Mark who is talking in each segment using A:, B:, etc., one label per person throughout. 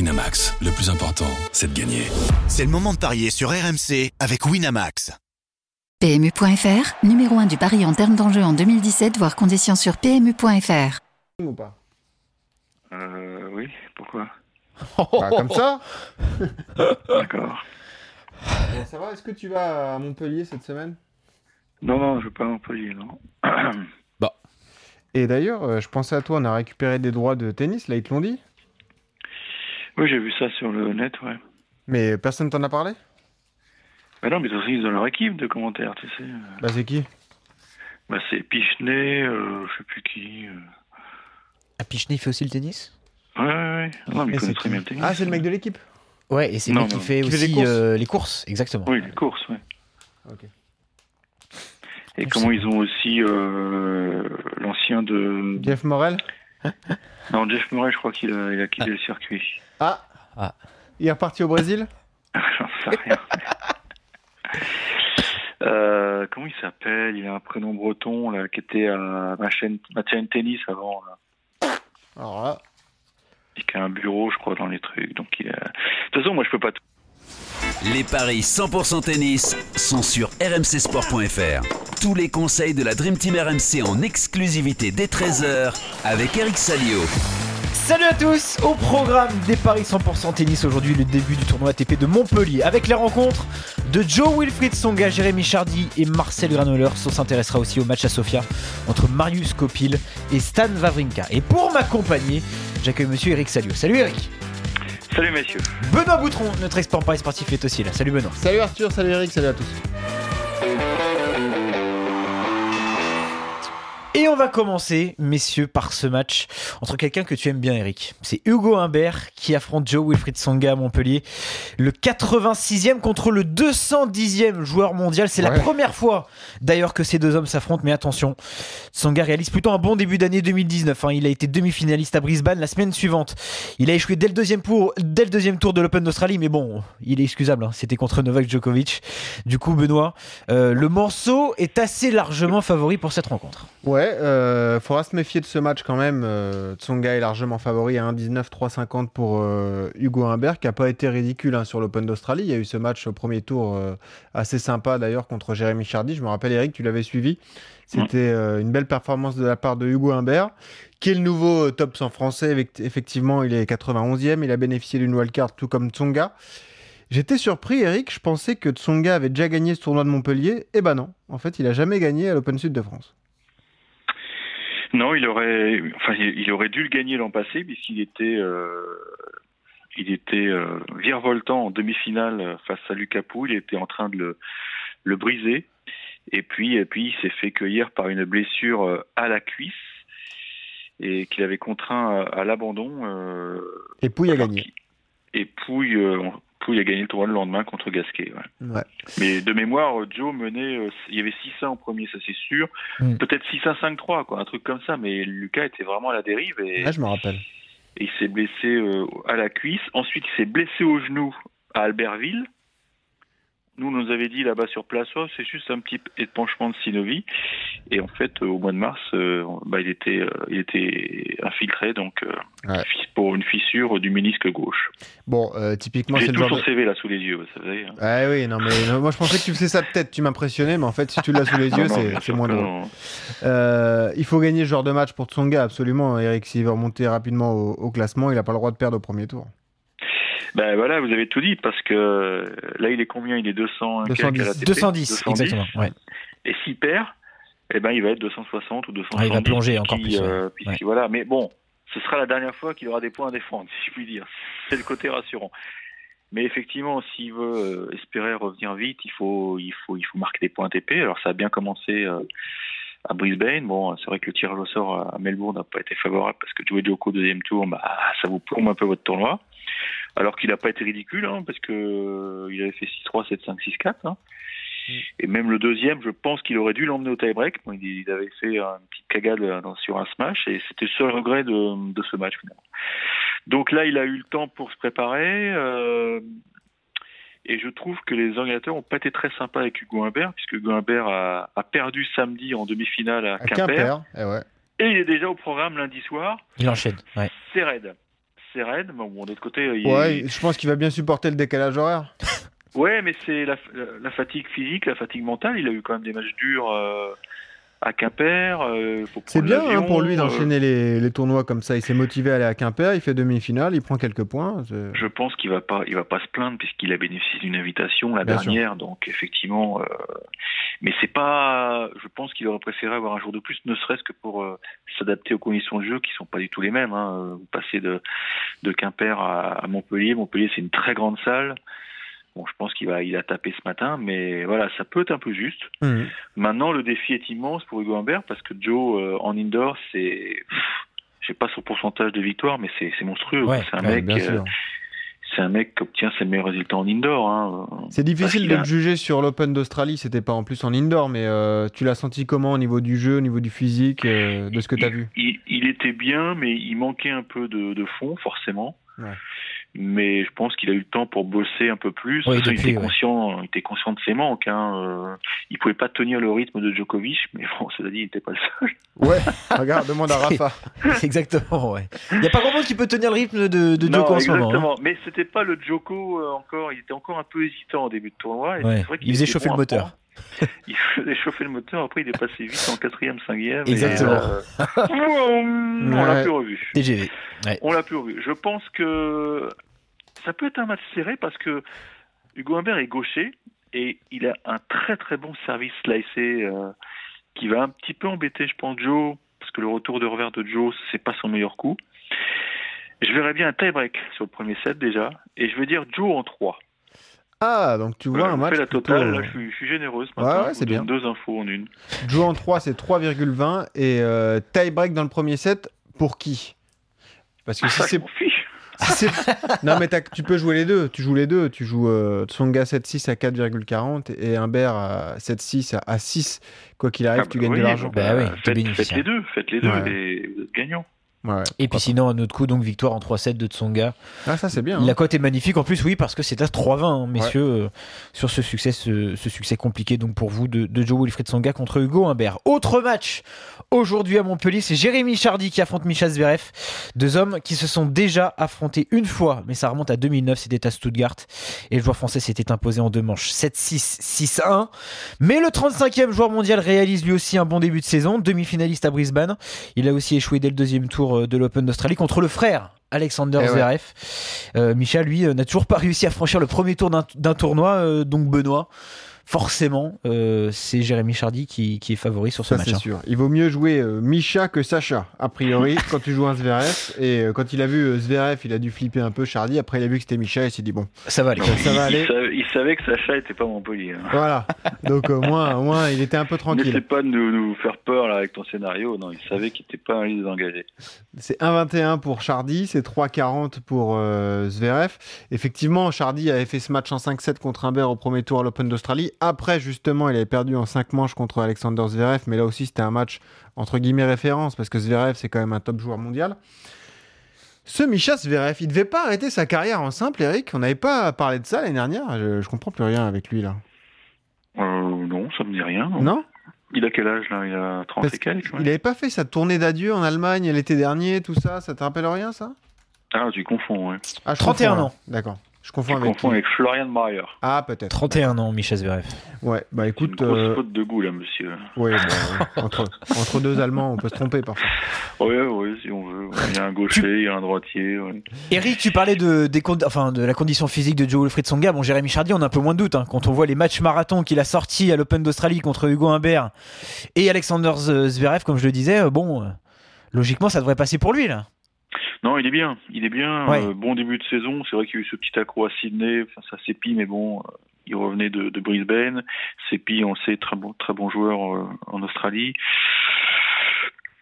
A: Winamax, le plus important, c'est de gagner.
B: C'est le moment de parier sur RMC avec Winamax.
C: PMU.fr, numéro 1 du pari en termes d'enjeu en 2017, voire conditions sur PMU.fr.
D: ou pas
E: Euh, oui, pourquoi
D: Bah, Comme ça Ah.
E: D'accord.
D: Bon, Ça va, est-ce que tu vas à Montpellier cette semaine
E: Non, non, je veux pas à Montpellier, non.
D: Et d'ailleurs, euh, je pensais à toi, on a récupéré des droits de tennis, là ils te l'ont dit
E: oui, j'ai vu ça sur le net, ouais.
D: Mais personne t'en a parlé
E: Mais non, mais aussi, ils ont leur équipe de commentaires, tu sais.
D: Bah c'est qui
E: Bah, c'est Pichenet, euh, je sais plus qui. euh.
F: Ah, Pichenet, il fait aussi le tennis
E: Ouais, ouais, ouais. Non,
D: Et
E: mais il connaît
D: c'est
E: très
D: qui
E: bien le tennis.
D: Ah, c'est le mec de l'équipe
F: Ouais, et c'est
E: Non,
F: lui qui
E: non.
F: fait
D: Qui fait
F: aussi
D: les courses.
F: euh, les courses, exactement.
E: Oui, les courses, ouais.
D: Ok. Ah,
E: Et
F: Je
E: comment
F: sais.
E: ils ont aussi euh, l'ancien de.
D: Jeff Morel
E: Non, Jeff Murray, je crois qu'il a, il a quitté le circuit.
D: Ah
F: Ah.
D: Il est reparti au Brésil
E: J'en sais rien. Euh, comment il s'appelle Il a un prénom breton là, qui était à ma chaîne, ma chaîne tennis avant. là.
D: Alors là,
E: et qui a un bureau, je crois, dans les trucs. Donc, il a... De toute façon, moi, je peux pas tout.
G: Les paris 100% tennis sont sur rmcsport.fr. Tous les conseils de la Dream Team RMC en exclusivité dès 13h avec Eric Salio.
F: Salut à tous Au programme des Paris 100% tennis aujourd'hui, le début du tournoi ATP de Montpellier avec les rencontres de Joe Wilfried Songa, Jérémy Chardy et Marcel Granollers. On s'intéressera aussi au match à Sofia entre Marius Copil et Stan Wawrinka. Et pour m'accompagner, j'accueille monsieur Eric Salio. Salut Eric
E: Salut, messieurs.
F: Benoît Boutron, notre expert en Paris sportif, est aussi là. Salut Benoît
D: salut Arthur, salut Eric, salut à tous
F: Et on va commencer, messieurs, par ce match entre quelqu'un que tu aimes bien, Eric. C'est Hugo Humbert qui affronte Joe Wilfried Songa à Montpellier. Le 86e contre le 210e joueur mondial. C'est
D: Ouais.
F: la première fois, d'ailleurs, que ces deux hommes s'affrontent. Mais attention, Songa réalise plutôt un bon début d'année 2019. hein. Il a été demi-finaliste à Brisbane la semaine suivante. Il a échoué dès le deuxième, pour- dès le deuxième tour de l'Open d'Australie. Mais bon, il est excusable. hein. C'était contre Novak Djokovic. Du coup, Benoît, euh, le morceau est assez largement favori pour cette rencontre.
D: Ouais, euh, faudra se méfier de ce match quand même. Euh, Tsonga est largement favori à 1,19, 3,50 pour euh, Hugo Humbert, qui n'a pas été ridicule hein, sur l'Open d'Australie. Il y a eu ce match au premier tour euh, assez sympa d'ailleurs contre Jérémy Chardy. Je me rappelle, Eric, tu l'avais suivi. C'était euh, une belle performance de la part de Hugo Humbert, qui est le nouveau euh, top 100 français. Avec- Effectivement, il est 91e. Il a bénéficié d'une wildcard, tout comme Tsonga. J'étais surpris, Eric. Je pensais que Tsonga avait déjà gagné ce tournoi de Montpellier. Eh ben non. En fait, il a jamais gagné à l'Open Sud de France.
E: Non, il aurait, enfin, il il aurait dû le gagner l'an passé, puisqu'il était, euh, il était euh, virevoltant en demi-finale euh, face à Lucapou. Il était en train de le, le briser. Et puis, et puis, il s'est fait cueillir par une blessure euh, à la cuisse et qu'il avait contraint à, à l'abandon. euh,
D: Et Pouille a
E: alors
D: gagné.
E: qu'il- Et Pouille, euh, on- Pouille a gagné le tournoi le lendemain contre Gasquet. ouais.
D: Ouais.
E: Mais de mémoire, euh, Joe menait, euh, il y avait 6-1 en premier, ça c'est sûr.
F: Mm.
E: Peut-être 6-1-5-3, quoi, un truc comme ça. Mais Lucas était vraiment à la dérive et,
D: Ah, je me rappelle.
E: et il s'est blessé euh, à la cuisse. Ensuite, il s'est blessé au genou à Albertville. Nous, on nous avait dit là-bas sur place, oh, c'est juste un petit épanchement de synovie. Et en fait, euh, au mois de mars, euh, bah, il, était, euh, il était infiltré donc euh,
D: Ouais.
E: fis- pour une fissure du ménisque gauche.
D: Bon, euh, typiquement, c'est
E: J'ai
D: le
E: tout
D: genre
E: son
D: de...
E: CV là sous les yeux, vous savez. hein.
D: Ah oui, non, mais non, moi je pensais que tu faisais ça de tête, tu m'impressionnais, mais en fait, si tu l'as sous les
E: Ah Non,
D: yeux,
E: non,
D: c'est-
E: bien
D: c'est
E: sûr
D: moins
E: que
D: drôle.
E: non.
D: Euh, il faut gagner ce genre de match pour Tsonga, absolument, Eric. S'il veut remonter rapidement au, au classement, il n'a pas le droit de perdre au premier tour.
E: Ben voilà, vous avez tout dit parce que euh, là, il est combien Il est 200 et quelques à
D: 210,
E: la TP,
F: 210,
E: 210.
F: exactement. Ouais.
E: Et s'il perd, eh ben il va être 260 ou 270.
F: Ah, il va plonger encore
E: puisqu'il,
F: plus, ouais.
E: euh, puisqu'il-
F: Ouais.
E: voilà, mais bon, ce sera la dernière fois qu'il aura des points à défendre, si je puis dire. C'est le côté rassurant. Mais effectivement, s'il veut euh, espérer revenir vite, il faut, il faut, il faut marquer des points TP. Alors ça a bien commencé. euh, à Brisbane, bon, c'est vrai que le tirage au sort à Melbourne n'a pas été favorable parce que jouer Djoko au deuxième tour, bah, ça vous plombe un peu votre tournoi. Alors qu'il n'a pas été ridicule, hein, parce que euh, il avait fait 6-3, 7-5, 6-4. hein. Et même le deuxième, je pense qu'il aurait dû l'emmener au tie-break. Bon, il, il avait fait une petite cagade euh, dans- sur un smash et c'était le seul regret de, de ce match finalement. Donc là, il a eu le temps pour se préparer. euh, et je trouve que les organisateurs n'ont pas été très sympas avec Hugo Humbert, puisque Hugo Humbert a, a perdu samedi en demi-finale à,
D: À
E: Quimper.
D: Quimper, eh ouais.
E: Et il est déjà au programme lundi soir.
F: Il enchaîne. Ouais.
E: C'est raide. C'est assez raide. Bon, bon, de l'autre côté, il-
D: Ouais, je pense qu'il va bien supporter le décalage horaire.
E: Ouais, mais c'est la, la- la fatigue physique, la fatigue mentale. Il a eu quand même des matchs durs euh, à Quimper. euh, faut
D: C'est
E: prendre
D: bien hein,
E: l'avion,
D: pour lui
E: euh,
D: d'enchaîner les, les tournois comme ça. Il s'est motivé à aller à Quimper, il fait demi-finale, il prend quelques points. c'est-
E: Je pense qu'il va pas, il va pas se plaindre puisqu'il a bénéficié d'une invitation la
D: Bien sûr.
E: dernière, donc effectivement. euh, mais c'est pas, je pense qu'il aurait préféré avoir un jour de plus, ne serait-ce que pour euh, s'adapter aux conditions de jeu qui sont pas du tout les mêmes. Hein. Euh, Vous passez de de Quimper à, à Montpellier. Montpellier, c'est une très grande salle. Bon, je pense qu'il va, il a tapé ce matin, mais voilà, ça peut être un peu juste.
D: Mhm.
E: Maintenant, le défi est immense pour Hugo Humbert parce que Joe euh, en indoor, c'est, pff, je sais pas son pourcentage de victoire, mais c'est c'est monstrueux.
F: Ouais,
E: c'est un
D: Ouais,
E: mec.
D: bien
E: euh,
D: sûr.
E: c'est un mec qui obtient ses meilleurs résultats en indoor. Hein.
D: C'est difficile
E: qu'il
D: de
E: a-
D: le juger sur l'Open d'Australie, c'était pas en plus en indoor, mais euh, tu l'as senti comment au niveau du jeu, au niveau du physique, euh, de ce que tu as vu
E: Il, il était bien, mais il manquait un peu de, de fond, forcément.
D: Ouais.
E: Mais je pense qu'il a eu le temps pour bosser un peu plus.
F: Ouais,
E: De toute façon, il,
F: depuis,
E: était
F: ouais.
E: conscient, il était conscient de ses manques. Hein. Euh, il pouvait pas tenir le rythme de Djokovic, mais bon, cela dit, il n'était pas le seul.
D: Ouais, regarde, demande à Rafa.
F: Exactement, ouais. Il n'y a pas grand monde qui peut tenir le rythme de, de
E: Non,
F: Djoko en ce
E: exactement.
F: moment. hein.
E: Mais c'était pas le Djoko euh, encore. Il était encore un peu hésitant au début de tournoi. Et
F: hein. Ouais,
E: c'est vrai qu'il
F: il faisait
E: était
F: chauffer
E: bon à
F: le moteur.
E: prendre. Il faisait chauffer le moteur. Après, il est passé vite en quatrième, cinquième. et,
F: Exactement.
E: euh, on l'a
D: Ouais.
E: plus revu.
F: TGV.
E: On l'a plus revu. Je pense que ça peut être un match serré parce que Hugo Humbert est gaucher et il a un très très bon service slicé euh, qui va un petit peu embêter, je pense, Joe, parce que le retour de revers de Joe, c'est pas son meilleur coup. Je verrais bien un tie-break sur le premier set déjà, et je vais dire Joe en 3.
D: Ah, donc tu vois un match.
E: la
D: plutôt- euh,
E: totale, là je suis, je suis généreux ce
D: Ouais,
E: matin,
D: ouais,
E: je vous
D: c'est
E: donne deux infos en une.
D: Joe en 3, c'est 3,20 et euh, tie break dans le premier set, pour qui Parce que si
E: Ça, je
D: c'est.
E: m'en fiche.
D: si c'est- non, mais t'as- tu peux jouer les deux. Tu joues les deux. Tu joues euh, Tsonga 7-6 à 4,40 et Humbert à 7-6 à- à 6. Quoi qu'il arrive,
E: Ah,
D: tu
E: bah
D: gagnes
E: oui,
D: de l'argent.
E: bah,
F: Bah oui, t'es
E: faites, faites
F: bénéficiaire.
E: les deux, faites les deux
D: Ouais.
E: et vous êtes gagnant.
D: Ouais.
F: Et puis sinon, un autre coup, donc victoire en 3-7 de Tsonga.
D: Ah, ça, c'est bien. hein.
F: La cote est magnifique en plus, oui, parce que c'est à 3-20, hein, messieurs, euh, sur ce succès, ce, ce succès compliqué donc pour vous de, de Joe Wilfried Songa contre Hugo Humbert. Autre match aujourd'hui à Montpellier, c'est Jérémy Chardy qui affronte Michel Zverev, deux hommes qui se sont déjà affrontés une fois, mais ça remonte à 2009, c'était à Stuttgart, et le joueur français s'était imposé en deux manches 7-6, 6-1. Mais le 35e joueur mondial réalise lui aussi un bon début de saison, demi-finaliste à Brisbane. Il a aussi échoué dès le deuxième tour euh, de l'Open d'Australie contre le frère. Alexander
D: Eh ouais.
F: Zverev. Euh, Micha, lui, euh, n'a toujours pas réussi à franchir le premier tour d'un- d'un tournoi, euh, donc Benoît. Forcément, euh, c'est Jérémy Chardy qui, qui est favori sur ce
D: Ça,
F: match.
D: c'est
F: hein.
D: sûr. Il vaut mieux jouer euh, Micha que Sacha, a priori, quand tu joues un Zverev. Et euh, quand il a vu euh, Zverev, il a dû flipper un peu Chardy. Après, il a vu que c'était Micha et il s'est dit bon,
F: Ça va aller.
D: ça
E: il,
D: va aller.
E: savait, il savait que Sacha était pas Montpellier. hein.
D: Voilà. Donc, au moins, au moins, il était un peu
E: N'essaie
D: tranquille.
E: pas de nous, nous faire peur là, avec ton scénario. Non, il savait qu'il n'était pas un leader engagé.
D: C'est 1,21 pour Chardy, c'est 3,40 pour euh, Zverev. Effectivement, Chardy avait fait ce match en 5-7 contre Humbert au premier tour à l'Open d'Australie. Après, justement, il avait perdu en 5 manches contre Alexander Zverev, mais là aussi, c'était un match entre guillemets référence parce que Zverev, c'est quand même un top joueur mondial. Ce Micha Zverev, il devait pas arrêter sa carrière en simple, Eric. On n'avait pas parlé de ça l'année dernière. Je, je comprends plus rien avec lui là.
E: Euh, non, ça me dit rien. non.
D: Non
E: Il a quel âge là Il a 30
D: Parce
E: et quelques ouais.
D: Il avait pas fait sa tournée d'adieu en Allemagne l'été dernier, tout ça. Ça te rappelle rien ça
E: Ah, tu confonds, ouais.
D: Ah, je
F: 31
D: confonds,
F: ans.
D: là. D'accord. Je
E: Tu
D: confonds avec.
E: confonds
D: qui
E: avec Florian Mayer.
D: Ah, peut-être.
F: 31 ans, Michel Zverev.
D: Ouais, bah
E: C'est Une
D: écoute.
E: grosse
D: euh,
E: faute de goût là, monsieur.
D: ouais, bah, ouais. entre, entre deux Allemands, on peut se tromper parfois.
E: Oui, oui, si on veut. ouais. Il y a un gaucher, il y a un droitier. ouais.
F: Eric, tu parlais de, des, condi- enfin, de la condition physique de Joe Wilfried Songa. Bon, Jérémy Chardy, on a un peu moins de doute hein, quand on voit les matchs marathon qu'il a sortis à l'Open d'Australie contre Hugo Humbert et Alexander Z- Zverev, comme je le disais. euh, Bon, euh, logiquement, ça devrait passer pour lui là.
E: Non, il est bien. Il est bien.
F: Ouais.
E: Euh, bon début de saison. C'est vrai qu'il y a eu ce petit accro à Sydney. Enfin, ça s'épie, mais bon, euh, il revenait de, de Brisbane. Sépi, on sait, très bon, très bon joueur euh, en Australie.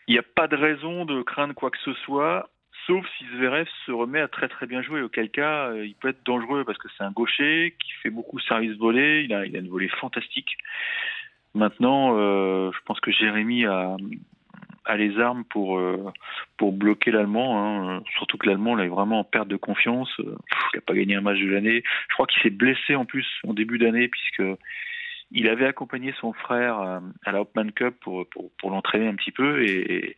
E: Il n'y a pas de raison de craindre quoi que ce soit, sauf si Zverev se remet à très très bien jouer. Auquel cas, euh, il peut être dangereux parce que c'est un gaucher qui fait beaucoup service volé. Il a, il a une volée fantastique. Maintenant, euh, je pense que Jérémy a, a les armes pour. euh, pour bloquer l'Allemand. hein. Euh, Surtout que l'Allemand, là, est vraiment en perte de confiance. Euh, pff, il n'a pas gagné un match de l'année. Je crois qu'il s'est blessé en plus en début d'année, puisque il avait accompagné son frère euh, à la Hopman Cup pour, pour, pour l'entraîner un petit peu. Et,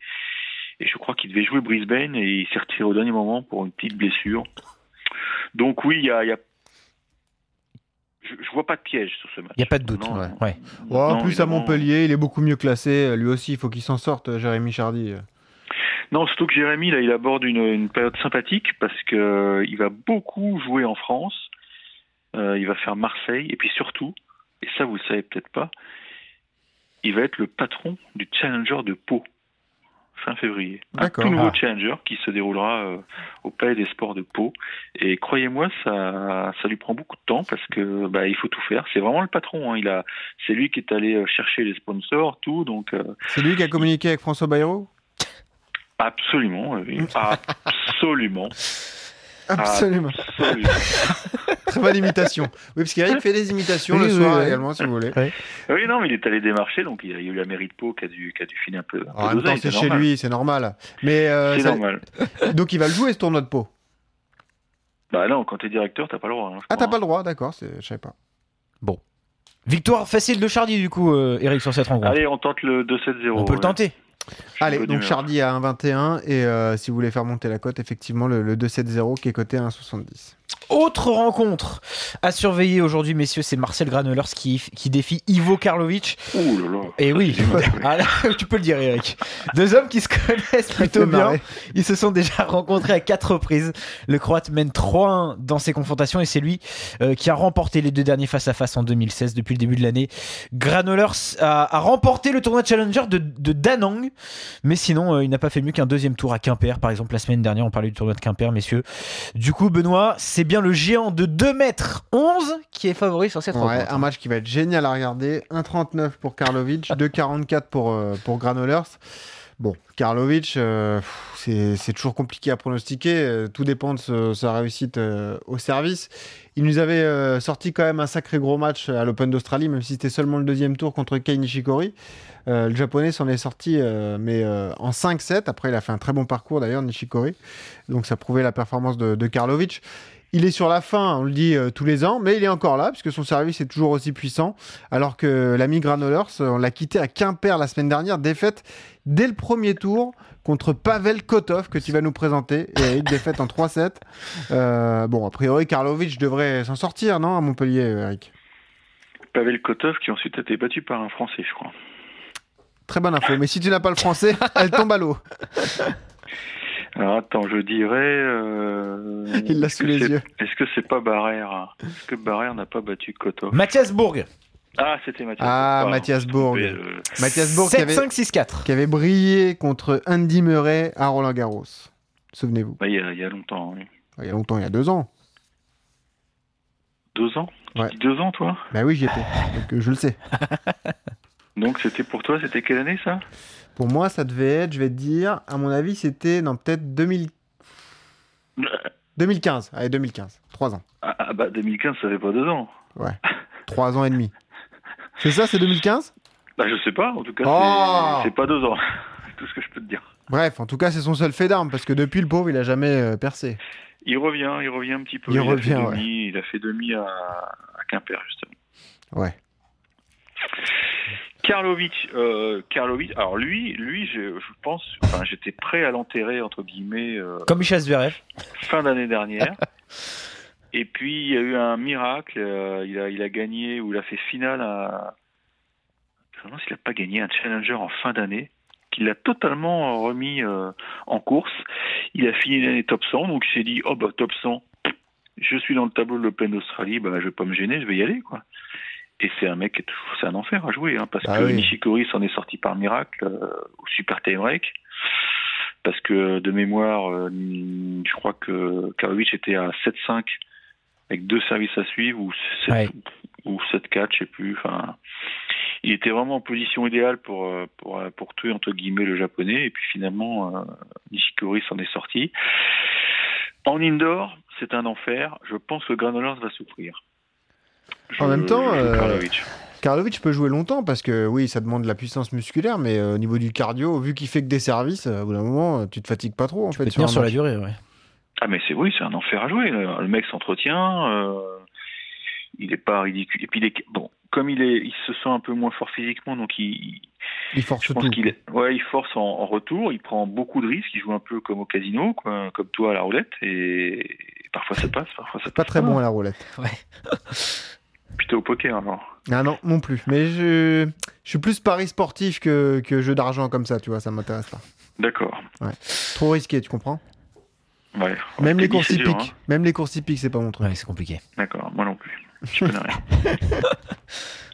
E: Et je crois qu'il devait jouer Brisbane et il s'est retiré au dernier moment pour une petite blessure. Donc oui, il y a, il y a- Je, je vois pas de piège sur ce match.
F: Il n'y a pas de doute.
E: Non,
F: ouais.
E: non.
F: Ouais.
D: Ouais, Oh, en
E: Non,
D: plus, à
E: évidemment.
D: Montpellier, il est beaucoup mieux classé. Lui aussi, il faut qu'il s'en sorte, Jérémy Chardy.
E: Non, surtout que Jérémy, là, il aborde une, une période sympathique parce que euh, il va beaucoup jouer en France. Euh, il va faire Marseille et puis surtout, et ça vous le savez peut-être pas, il va être le patron du Challenger de Pau fin février. Un
D: D'accord.
E: tout nouveau
F: Ah.
E: Challenger qui se déroulera euh, au Palais des Sports de Pau. Et croyez-moi, ça, ça lui prend beaucoup de temps parce que bah, il faut tout faire. C'est vraiment le patron. hein. Il a, c'est lui qui est allé euh, chercher les sponsors, tout. Donc euh,
D: C'est lui qui a communiqué avec François Bayrou
E: absolument, oui. absolument. Ah.
D: Absolument.
E: Absolument.
D: Très bonne imitation. Oui, parce qu'Eric fait des imitations
F: Oui,
D: le
F: oui,
D: soir
F: oui.
D: également, si vous voulez.
E: Oui, non, mais il est allé démarcher, donc il y a eu la mairie de Pau qui a dû, qui a dû filer un peu. un peu
D: En même temps,
E: d'oseille,
D: Ah, c'est chez
E: normal.
D: lui, c'est normal. Mais euh,
E: C'est
D: ça-
E: normal.
D: donc, il va le jouer ce tournoi de peau.
E: Bah non, quand t'es directeur, t'as pas le droit. hein, je
D: Ah, t'as pas
E: crois.
D: le droit, d'accord. c'est- Je savais pas.
F: Victoire facile de Chardy, du coup, euh, Eric, sur cette rencontre.
E: Allez, on tente le 2-7-0.
F: On peut le
E: ouais.
F: tenter.
E: Je suis hein.
D: Allez,
E: bonne
D: donc
E: humeur.
D: Chardy à 1,21 et euh, si vous voulez faire monter la cote, effectivement, le, le 2,70 qui est coté à 1,70.
F: Autre rencontre à surveiller aujourd'hui, messieurs, c'est Marcel Granellers qui, qui défie Ivo Karlovic.
E: Ouh là là.
F: Et oui, ah là, tu peux le dire, Eric. Deux hommes qui se connaissent plutôt
D: Fait
F: bien.
D: marrer.
F: Ils se sont déjà rencontrés à quatre reprises. Le Croate mène 3-1 dans ces confrontations et c'est lui euh, qui a remporté les deux derniers face-à-face en 2016 depuis le début de l'année. Granolers a, a remporté le tournoi Challenger de, de Danang, mais sinon euh, il n'a pas fait mieux qu'un deuxième tour à Quimper. Par exemple, la semaine dernière, on parlait du tournoi de Quimper, messieurs. Du coup, Benoît, c'est bien le géant de 2 mètres 11 qui est favori sur cette
D: Ouais,
F: rencontre.
D: un match qui va être génial à regarder. 1,39 pour Karlovic, 2,44 pour, euh, pour Granolers. Bon, Karlovic, euh, pff, c'est c'est toujours compliqué à pronostiquer. euh, tout dépend de ce- sa réussite euh, au service. Il nous avait euh, sorti quand même un sacré gros match à l'Open d'Australie, même si c'était seulement le deuxième tour contre Kei Nishikori. Euh, le japonais s'en est sorti, euh, mais euh, en 5-7. Après, il a fait un très bon parcours d'ailleurs, Nishikori. Donc, ça prouvait la performance de, de Karlovic. Il est sur la fin, on le dit euh, tous les ans, mais il est encore là, puisque son service est toujours aussi puissant. Alors que l'ami Granolers, euh, on l'a quitté à Quimper la semaine dernière, défaite dès le premier tour contre Pavel Kotov, que tu vas nous présenter, et Eric, défaite en 3-7. Euh, bon, a priori, Karlovic devrait s'en sortir, non, à Montpellier, euh, Eric
E: Pavel Kotov qui ensuite a été battu par un Français, je crois.
D: Très bonne info, mais si tu n'as pas le français, elle tombe à l'eau.
E: Alors attends, je dirais. euh,
D: Il l'a
E: est-ce
D: sous
E: que
D: les
E: c'est-
D: yeux.
E: Est-ce que c'est pas Barère Est-ce que Barère n'a pas battu Kotov
F: Mathias Bourg,
E: Ah, c'était Mathias.
D: Ah,
E: Pardon,
D: Mathias
E: je me suis trompé,
D: Bourg.
E: euh,
D: Mathias Bourg qui avait,
F: 7-5-6-4.
D: qui avait brillé contre Andy Murray à Roland-Garros. Souvenez-vous,
E: bah, Il y, a- il y a longtemps, oui.
D: il y a longtemps, il y a deux ans.
E: Deux ans Tu
D: Ouais.
E: dis deux ans, toi
D: Bah oui, j'y étais, donc euh, je le sais.
E: Donc c'était pour toi, c'était quelle année ça
D: Pour moi, ça devait être, je vais te dire, à mon avis, c'était non, peut-être 2000... 2015. Allez, 2015. Trois ans.
E: ah, ah, bah 2015, ça fait pas deux ans.
D: Trois ans et demi. C'est ça, c'est 2015
E: Bah, je sais pas, en tout cas,
D: Oh
E: c'est- c'est pas deux ans. C'est tout ce que je peux te dire.
D: Bref, en tout cas, c'est son seul fait d'armes, parce que depuis, le pauvre, il a jamais euh, percé.
E: Il revient, il revient un petit peu.
D: Il
E: a fait
D: revient,
E: demi, Il a fait demi à, à Quimper, justement.
D: Ouais.
E: Karlovic, euh, Karlovic, alors lui, lui, je, je pense, enfin, j'étais prêt à l'enterrer, entre guillemets, euh,
F: Comme Michel Zverev.
E: fin d'année dernière. Et puis il y a eu un miracle. euh, il, a, il a gagné ou il a fait finale à. Je me demande s'il n'a pas gagné un challenger en fin d'année, qui l'a totalement euh, remis euh, en course. Il a fini l'année top 100, donc il s'est dit oh bah top 100, je suis dans le tableau de l'Open d'Australie, bah je vais pas me gêner, je vais y aller quoi. Et c'est un mec, qui est toujours- c'est un enfer à jouer, hein, parce
D: Ah
E: que
D: oui.
E: Nishikori s'en est sorti par miracle euh, au super time break parce que de mémoire, euh, je crois que Karlovic était à 7-5 avec deux services à suivre ou 7,
F: Ouais.
E: ou 7-4, je sais plus. Enfin, il était vraiment en position idéale pour euh, pour euh, pour tuer entre guillemets le japonais et puis finalement euh, Nishikori s'en est sorti. En indoor, c'est un enfer. Je pense que Granollers va souffrir.
D: En même temps,
E: je-
D: euh,
E: Karlovic.
D: Karlovic peut jouer longtemps, parce que oui, ça demande de la puissance musculaire, mais euh, au niveau du cardio, vu qu'il fait que des services, euh, au bout d'un moment, euh, tu te fatigues pas trop, en
F: Tu
D: fait.
F: peux tenir
D: un
F: sur la
D: match.
F: durée, ouais.
E: Ah mais c'est oui, c'est un enfer à jouer. Le, le mec s'entretient. euh, il est pas ridicule. Et puis, il est- bon, comme il, est, il se sent un peu moins fort physiquement, donc il,
D: Il force
E: je
D: tout.
E: pense qu'il est- ouais, il force en, en retour, il prend beaucoup de risques, il joue un peu comme au casino, quoi, comme toi à la roulette, et, et parfois ça passe, parfois ça
D: Pas
E: passe
F: Ah.
D: très bon à la roulette.
E: Plutôt au poker, non
D: Ah non, non plus. Mais je, je suis plus pari sportif que, que jeu d'argent comme ça, tu vois, ça m'intéresse pas.
E: D'accord.
D: Trop risqué, tu comprends
E: Ouais.
D: Même
E: Ouais,
D: les
E: tennis,
D: courses
E: c'est dur,
D: hippiques. Même les courses hippiques, c'est pas mon truc.
F: Ouais, c'est compliqué.
E: hein. D'accord, moi non plus. Je connais rien.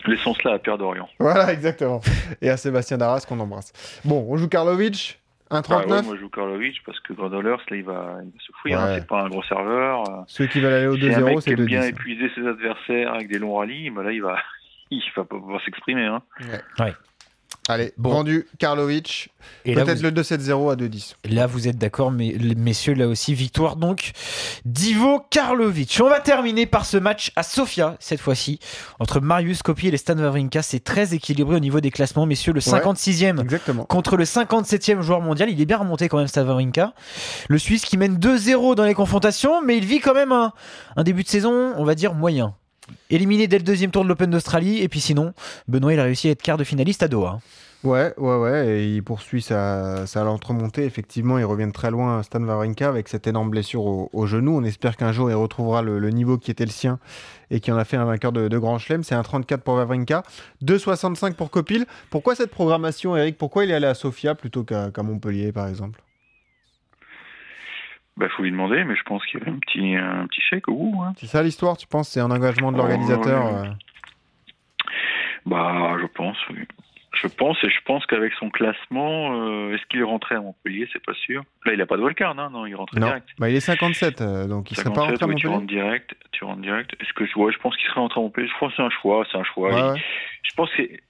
E: Laissons cela à Pierre d'Orient.
D: Voilà, exactement. Et à Sébastien Darras qu'on embrasse. Bon, on joue Karlovic,
E: Ah
D: 1,39.
E: ouais, moi je joue Karlovic parce que Grandolers, là il va, il va souffrir, hein,
D: Ouais.
E: c'est pas un gros serveur. euh,
D: Ceux qui veulent aller au
E: C'est un mec
D: 2-0,
E: qui
D: c'est
E: aime bien
D: 2-10.
E: épuiser ses adversaires avec des longs rallyes, mais là il va, il va pas pouvoir s'exprimer. Hein.
D: Allez,
F: Bon.
D: vendu Karlovic.
F: Et là,
D: Peut-être
F: vous,
D: le 2-7-0 à 2-10.
F: là, vous êtes d'accord, mais, les messieurs, là aussi, victoire donc d'Ivo Karlovic. On va terminer par ce match à Sofia, cette fois-ci, entre Marius Copy et les Stan Wawrinka. C'est très équilibré au niveau des classements, messieurs. Le 56e
D: Exactement.
F: contre le 57e joueur mondial. Il est bien remonté quand même, Stavarinka. Le Suisse qui mène 2-0 dans les confrontations, mais il vit quand même un, un début de saison, on va dire, moyen. Éliminé dès le deuxième tour de l'Open d'Australie, et puis sinon, Benoît, il a réussi à être quart de finaliste à Doha.
D: Ouais, ouais, ouais. Et il poursuit sa, sa lente remontée. Effectivement, ils reviennent très loin, Stan Wawrinka, avec cette énorme blessure au, au genou. On espère qu'un jour, il retrouvera le, le niveau qui était le sien et qui en a fait un vainqueur de, de Grand Chelem. C'est un 34 pour Wawrinka, 2,65 pour Copil. Pourquoi cette programmation, Eric Pourquoi il est allé à Sofia plutôt qu'à qu'à Montpellier, par exemple
E: Bah faut lui demander, mais je pense qu'il y avait un petit, un petit chèque au bout. Hein.
D: C'est ça l'histoire, tu penses C'est un engagement de
E: Oh,
D: l'organisateur
E: oui,
D: euh,
E: Bah, je pense, oui. Je pense, et je pense qu'avec son classement, euh, est-ce qu'il rentrait à Montpellier C'est pas sûr. Là, il a pas de wildcard, hein non, il rentrait
D: Non,
E: direct.
D: bah, il est 57, euh, donc il serait pas
E: 57,
D: rentré à
E: oui, tu
D: Montpellier.
E: rentres direct, tu rentres direct. Est-ce que je, ouais, je pense qu'il serait rentré à Montpellier Je pense que c'est un choix, c'est un choix.
D: Ouais,
E: Il-
D: ouais.
E: Je pense que c'est-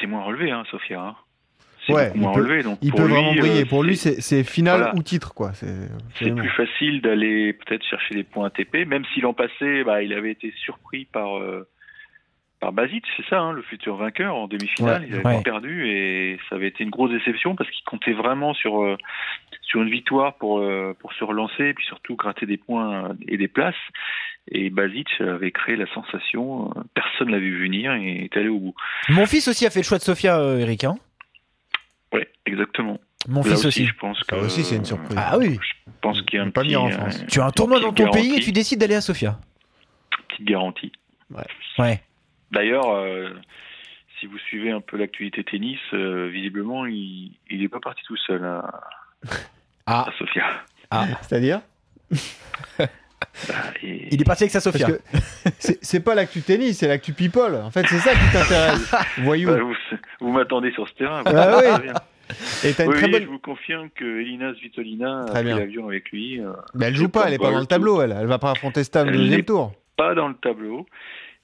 E: c'est moins relevé, hein, Sofia. hein. C'est
D: Ouais,
E: beaucoup
D: il
E: moins
D: peut-
E: relevé, donc
D: Il
E: pour
D: peut
E: lui,
D: vraiment briller.
E: euh,
D: Pour lui, c'est c'est finale
E: Voilà.
D: ou titre, quoi. C'est
E: C'est plus facile d'aller peut-être chercher des points ATP, même si l'an passé, bah, il avait été surpris par, euh, par Basic, c'est ça, hein, le futur vainqueur en demi-finale.
D: Ouais,
E: il avait
F: ouais.
E: pas perdu et ça avait été une grosse déception parce qu'il comptait vraiment sur, euh, sur une victoire pour, euh, pour se relancer et puis surtout gratter des points et des places. Et Basic avait créé la sensation, euh, personne ne l'a vu venir et est allé au bout.
F: Mon fils aussi a fait le choix de Sofia, euh, Eric. hein.
E: Ouais, exactement.
F: Mon
E: Là
F: fils
E: aussi,
F: aussi.
E: je pense que.
D: Ça aussi, c'est une surprise.
F: Ah oui,
E: Je pense qu'il y a
D: On
E: un
D: peut pas
E: petit,
D: venir en
E: euh,
D: France.
F: tu as un tournoi dans ton
E: Garantie.
F: pays et tu décides d'aller à Sofia.
E: petite garantie.
F: Ouais.
E: D'ailleurs, euh, si vous suivez un peu l'actualité tennis, euh, visiblement, il n'est pas parti tout seul hein. à,
F: Ah.
E: à Sofia.
D: C'est-à-dire
E: Et-
F: Il est parti avec sa
D: Parce
F: Sofia.
D: que c'est c'est pas l'actu tennis, c'est l'actu people. En fait, c'est ça qui t'intéresse. Voyou.
E: Bah, vous vous m'attendez sur ce terrain. vous
D: Ah
E: savez bien.
D: Et t'as une
E: Oui,
D: très
E: oui,
D: bonne.
E: Je vous confirme que Elina Svitolina a
D: Très
E: pris
D: bien.
E: l'avion avec lui. euh,
D: Mais elle joue pas, elle est pas dans le tableau, elle. Elle va pas affronter Stan au
E: Elle
D: deuxième
E: est-
D: tour.
E: pas dans le tableau,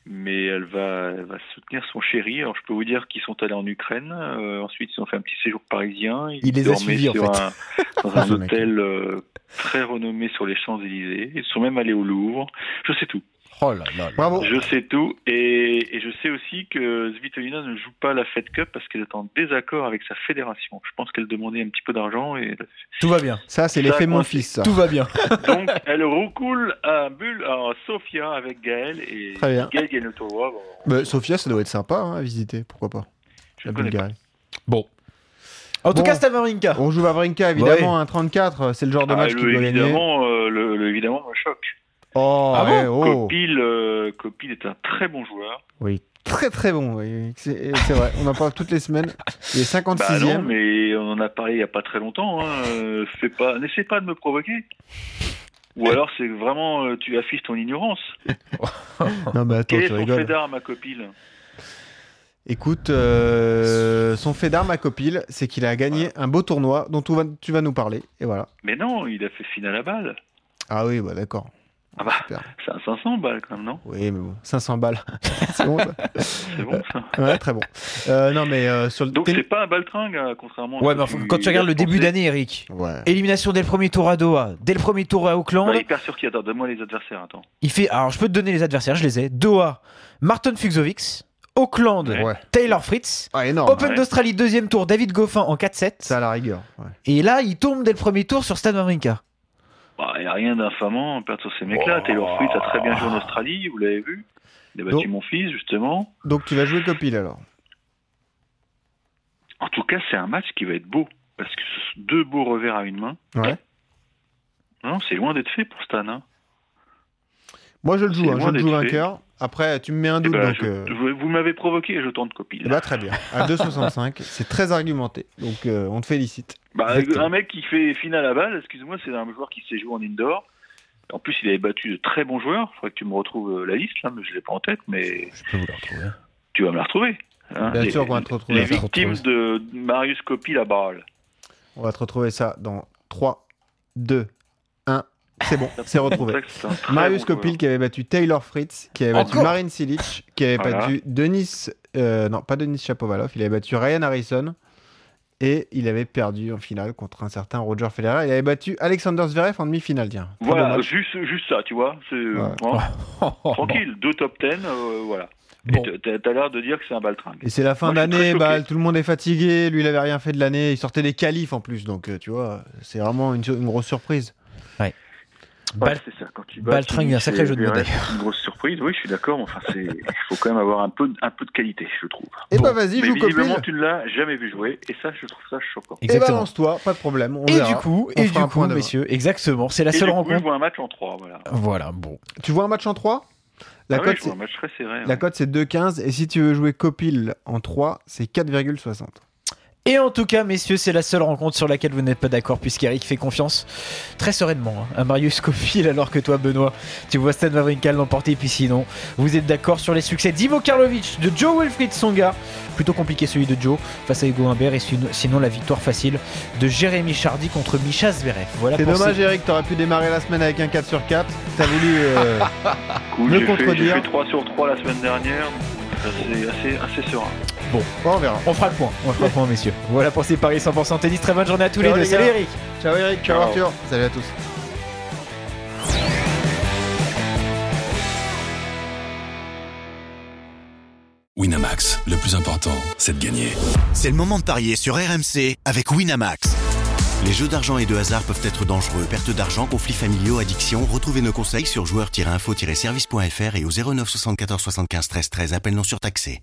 E: mais elle va, elle va soutenir son chéri. Alors, je peux vous dire qu'ils sont allés en Ukraine. euh, ensuite, ils ont fait un petit séjour parisien. Ils
F: Il les a
E: dormaient
F: suivis, en
E: sur
F: fait.
E: un- dans un
D: Ce mec.
E: hôtel euh, très renommé sur les Champs-Élysées. Ils sont même allés au Louvre. Je sais tout.
F: Oh là là. là.
D: Bravo.
E: Je sais tout. Et, et je sais aussi que Svitolina ne joue pas la Fed Cup parce qu'elle est en désaccord avec sa fédération. Je pense qu'elle demandait un petit peu d'argent. et
F: Tout va bien.
D: Ça, c'est
E: Ça,
D: l'effet mon
E: moi,
D: fils. ça.
F: Tout va bien.
E: Donc, elle recoule à Bulle, à Sofia avec Gaël. Et
D: Très bien.
E: Gaël gagne le tournoi. Bon,
D: Mais Sofia, Bah, ça doit être sympa hein, à visiter, pourquoi pas.
E: je
D: La
E: ne connais pas.
D: Bulgarie.
F: En tout
D: Bon.
F: cas, Stavarinka.
D: On joue Vavrinka, évidemment, à 1,34. C'est le genre de
E: Ah,
D: match
E: le
D: qu'il doit gagner.
E: évidemment, euh, le, le évidemment me choque.
D: Oh,
F: Ah
D: ouais, oh.
E: Copil, euh, Copil est un très bon joueur.
D: Oui, très très bon. oui. C'est c'est vrai, on en parle toutes les semaines. Il est
E: Bah
D: 56
E: non,
D: e
E: mais on en a parlé il n'y a pas très longtemps. Hein. Euh, Fais pas, n'essaie pas de me provoquer. Ou alors c'est vraiment euh, tu affiches ton ignorance.
D: Non, mais attends,
E: Bah Quel est
D: tu
E: ton fait
D: rigoles. hein.
E: d'arme à Copil
D: Écoute, euh, son fait d'arme à Copil, c'est qu'il a gagné un beau tournoi dont tu vas, tu vas nous parler. Et voilà.
E: Mais non, il a fait finale à balle.
D: Ah oui, bah d'accord.
E: Ah bah.
D: Super.
E: C'est un 500 balles quand même, non
D: Oui, mais bon, 500 balles. c'est bon, ça
E: C'est bon ça.
D: Ouais, très bon. Euh, non, mais euh, sur le
E: Donc
D: tennis-
E: c'est pas un baltringue, hein, contrairement à
F: Ouais,
E: ce
F: mais
E: que
F: enfin, quand tu regardes le début
E: pensais.
F: d'année, Eric,
D: Ouais.
F: élimination dès le premier tour à Doha, dès le premier tour à Auckland,
E: Bah, hyper sûr qu'il attend. Donne-moi les adversaires, attends.
F: il fait. Alors, je peux te donner les adversaires, je les ai. Doha, Martin Fuxovics, Auckland,
E: Ouais.
F: Taylor Fritz.
D: Ah, énorme.
F: Open
E: ouais.
F: d'Australie, deuxième tour, David Goffin en 4-7.
D: Ça à la rigueur. ouais.
F: Et là, il tombe dès le premier tour sur Stan Wawrinka.
E: Bah, il n'y a rien d'infamant en perdre sur ces mecs-là. Taylor Fritz a très bien joué en Australie, vous l'avez vu. Il a battu
D: Donc-
E: mon fils, justement.
D: Donc tu vas jouer Copil alors.
E: En tout cas, c'est un match qui va être beau. Parce que ce sont deux beaux revers à une main.
D: Ouais.
E: Non, c'est loin d'être fait pour Stan. Hein.
D: Moi je le
E: C'est
D: joue, hein, je
E: loin
D: le joue
E: d'être
D: vainqueur. Après tu me mets un
E: Eh
D: doute
E: ben,
D: donc.
E: je-
D: euh,
E: je- vous m'avez provoqué et je tente copie.
D: eh ben, très bien. À 2,65, c'est très argumenté. Donc euh, on te félicite.
E: Bah,
D: Exactement.
E: un mec qui fait finale à la balle, excuse-moi, c'est un joueur qui s'est joué en indoor. En plus, il avait battu de très bons joueurs. Il faudrait que tu me retrouves euh, la liste, là, mais je l'ai pas en tête, mais
F: Je peux vous le retrouver.
E: tu vas me la retrouver. hein.
D: Bien
E: les,
D: sûr qu'on va te retrouver.
E: les
D: ça.
E: victimes de Marius Copy la balle.
D: On va te retrouver ça dans 3, 2, 1. C'est bon, c'est retrouvé. Marius Copil qui avait battu Taylor Fritz, qui avait battu
F: Encore
D: Marine Silic, qui avait
E: Voilà.
D: battu Denis. euh, non, pas Denis Chapovalov, il avait battu Ryan Harrison. Et il avait perdu en finale contre un certain Roger Federer. Il avait battu Alexander Zverev en demi-finale, tiens. Très beau
E: Voilà,
D: match.
E: juste, juste ça, tu vois. C'est,
D: Ouais.
E: hein, tranquille, deux top 10, euh, voilà.
F: Bon.
E: Et t'as- t'as l'air de dire que c'est un baltringue.
D: Et c'est la fin
E: Moi, je suis
D: d'année,
E: très
D: bah,
E: choqué.
D: tout le monde est fatigué. Lui, il avait rien fait de l'année. Il sortait des qualifs en plus, donc euh, tu vois, c'est vraiment une, une grosse surprise.
E: Ouais,
F: Bal-
E: c'est ça. Quand tu
F: Baltringue,
E: tu dis
F: un sacré
E: c'est-
F: jeu de mots,
E: ouais, C'est une grosse surprise, oui, je suis d'accord, mais enfin, c'est- il faut quand même avoir un peu, un peu de qualité, je trouve.
D: Et
F: Bon.
D: bah vas-y,
E: Mais
D: joue
E: visiblement,
D: Copil.
E: tu ne l'as jamais vu jouer, et ça, je trouve ça choquant.
D: Et
F: Exactement.
D: balance-toi, pas de problème. On
F: Et,
D: verra.
F: du coup,
D: On
F: et
D: fera
F: du
D: un
F: coup,
D: point demain.
F: messieurs, exactement, c'est la
E: et
F: seule
E: du coup, je
F: rencontre.
E: vois un match en 3, voilà.
F: Voilà, bon.
D: Tu vois un match en 3 La
E: Ah oui,
D: cote,
E: je
D: c'est-
E: vois un match très serré.
D: La
E: hein.
D: cote c'est 2,15 et si tu veux jouer Copil en 3, c'est 4,60.
F: Et en tout cas, messieurs, c'est la seule rencontre sur laquelle vous n'êtes pas d'accord, puisqu'Eric fait confiance très sereinement hein, à Marius Copil, alors que toi, Benoît, tu vois Stan Wawrinka l'emporter. Et puis sinon, vous êtes d'accord sur les succès d'Ivo Karlovic, de Joe Wilfried Songa, plutôt compliqué celui de Joe, face à Hugo Humbert, et sinon, sinon la victoire facile de Jérémy Chardy contre Micha Zverev. Voilà
D: C'est
F: pour
D: dommage
F: ces-
D: Eric, t'aurais pu démarrer la semaine avec un 4 sur 4. T'as voulu... euh,
E: Cool,
D: me
E: j'ai fait- J'ai
D: contredire.
E: fait 3 sur 3 la semaine dernière, donc ça, c'est assez, assez serein.
D: bon, on verra.
F: On fera le point, on fera le point, messieurs. Voilà pour ces paris 100% tennis. Très bonne journée à tous les
D: Ciao,
F: deux.
D: les gars.
F: Salut, Eric.
D: Ciao Eric, ciao,
E: Ciao.
D: Arthur. Salut à tous.
A: Winamax, le plus important, c'est de gagner.
B: C'est le moment de parier sur RMC avec Winamax. Les jeux d'argent et de hasard peuvent être dangereux. Perte d'argent, conflits familiaux, addiction. Retrouvez nos conseils sur joueurs-info-service.fr et au 09 74 75 13 13. Appel non surtaxé.